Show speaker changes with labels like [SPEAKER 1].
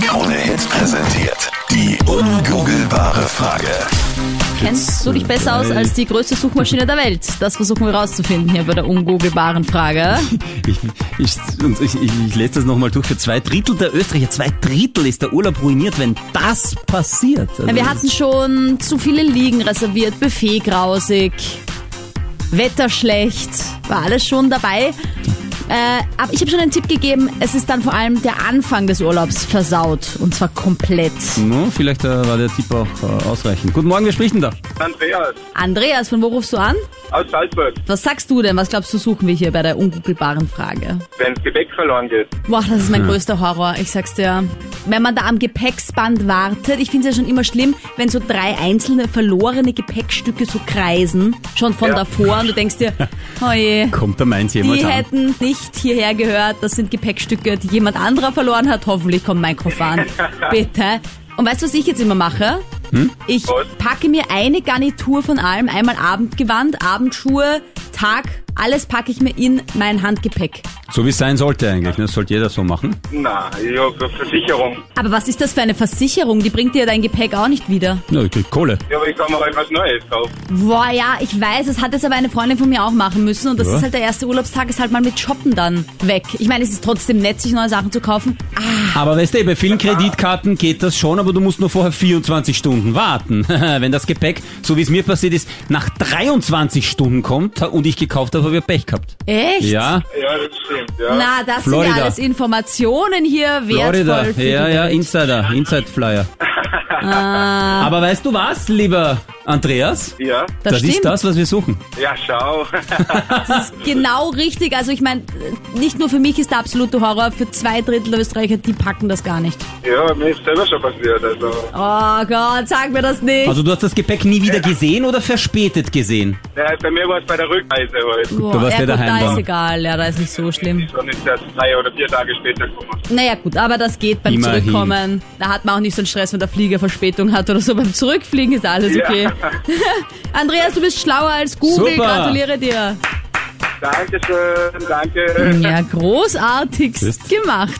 [SPEAKER 1] Hit präsentiert die ungoogelbare Frage.
[SPEAKER 2] Kennst du dich besser aus als die größte Suchmaschine der Welt? Das versuchen wir rauszufinden hier bei der ungoogelbaren Frage.
[SPEAKER 3] Ich, ich, und ich, ich, ich lese das nochmal durch. Für zwei Drittel der Österreicher, zwei Drittel ist der Urlaub ruiniert, wenn das passiert. Also
[SPEAKER 2] Wir hatten schon zu viele Liegen reserviert, Buffet grausig, Wetter schlecht, war alles schon dabei. Äh, aber ich habe schon einen Tipp gegeben, es ist dann vor allem der Anfang des Urlaubs versaut und zwar komplett.
[SPEAKER 3] No, vielleicht äh, war der Tipp auch äh, ausreichend. Guten Morgen, wir sprechen da.
[SPEAKER 4] Andreas
[SPEAKER 2] Andreas, von wo rufst du an?
[SPEAKER 4] aus Salzburg,
[SPEAKER 2] Was sagst du denn? Was glaubst du, suchen wir hier bei der ungoogelbaren Frage?
[SPEAKER 4] wenn das Gepäck verloren geht.
[SPEAKER 2] Boah, das ist mein größter Horror, ich sag's dir. Wenn man da am Gepäcksband wartet, ich find's ja schon immer schlimm, wenn so drei einzelne verlorene Gepäckstücke so kreisen, schon von
[SPEAKER 4] Ja.
[SPEAKER 2] davor und du denkst dir, oh je,
[SPEAKER 3] Kommt da meins jemals
[SPEAKER 2] die
[SPEAKER 3] an?
[SPEAKER 2] hätten nicht hierher gehört, das sind Gepäckstücke, die jemand anderer verloren hat, hoffentlich kommt mein Koffer an. Bitte. Und weißt du, was ich jetzt immer mache? Ich
[SPEAKER 4] Hm? Was?
[SPEAKER 2] packe mir eine Garnitur von allem, einmal Abendgewand, Abendschuhe, Tag, alles packe ich mir in mein Handgepäck.
[SPEAKER 3] So wie es sein sollte eigentlich. Ne? Das sollte jeder so machen.
[SPEAKER 4] Na, ich habe Versicherung.
[SPEAKER 2] Aber was ist das für eine Versicherung? Die bringt dir dein Gepäck auch nicht wieder.
[SPEAKER 3] Ja, ich krieg Kohle.
[SPEAKER 4] Ja, aber ich kann mir halt was Neues kaufen.
[SPEAKER 2] Boah, ja, ich weiß, das hat jetzt aber eine Freundin von mir auch machen müssen und das
[SPEAKER 3] Ja.
[SPEAKER 2] ist halt der erste Urlaubstag, ist halt mal mit Shoppen dann weg. Ich meine, es ist trotzdem nett, sich neue Sachen zu kaufen.
[SPEAKER 3] Aber weißt du, bei vielen Kreditkarten geht das schon, aber du musst nur vorher 24 Stunden warten. Wenn das Gepäck, so wie es mir passiert ist, nach 23 Stunden kommt und ich gekauft habe, habe ich Pech gehabt.
[SPEAKER 2] Echt?
[SPEAKER 3] Ja,
[SPEAKER 4] Ja, das stimmt, ja.
[SPEAKER 2] Na, das sind
[SPEAKER 3] Florida.
[SPEAKER 2] ja alles Informationen hier wertvoll
[SPEAKER 3] Florida.
[SPEAKER 2] für die
[SPEAKER 3] Ja, ja,
[SPEAKER 2] Welt. Ah.
[SPEAKER 3] Insider, Inside Flyer. Aber weißt du was, lieber Andreas?
[SPEAKER 4] Ja,
[SPEAKER 2] Das, stimmt.
[SPEAKER 3] ist das, was wir suchen.
[SPEAKER 4] ja, schau.
[SPEAKER 2] Genau richtig. Also ich meine, nicht nur für mich ist der absolute Horror, für zwei Drittel der Österreicher, die packen das gar nicht.
[SPEAKER 4] ja, mir ist selber schon passiert. Also,
[SPEAKER 2] Oh Gott, sag mir das nicht.
[SPEAKER 3] Also du hast das Gepäck nie wieder gesehen oder verspätet gesehen?
[SPEAKER 4] ja, bei mir war es bei der Rückreise heute.
[SPEAKER 2] Boah,
[SPEAKER 3] da warst
[SPEAKER 2] ja,
[SPEAKER 3] du ja
[SPEAKER 2] gut,
[SPEAKER 3] daheim
[SPEAKER 2] da ist
[SPEAKER 3] dann.
[SPEAKER 2] egal, ja, da ist nicht so schlimm.
[SPEAKER 4] Schon ist erst drei oder vier Tage später gekommen.
[SPEAKER 2] Naja gut, aber das geht beim
[SPEAKER 3] Immerhin.
[SPEAKER 2] Zurückkommen. Da hat man auch nicht so einen Stress, wenn der Flieger Verspätung hat oder so. Beim Zurückfliegen ist alles
[SPEAKER 4] Ja.
[SPEAKER 2] okay. Andreas, du bist schlauer als Google.
[SPEAKER 3] Super.
[SPEAKER 2] Gratuliere dir.
[SPEAKER 4] Dankeschön, danke.
[SPEAKER 2] Ja, großartigst
[SPEAKER 3] Tschüss.
[SPEAKER 2] gemacht.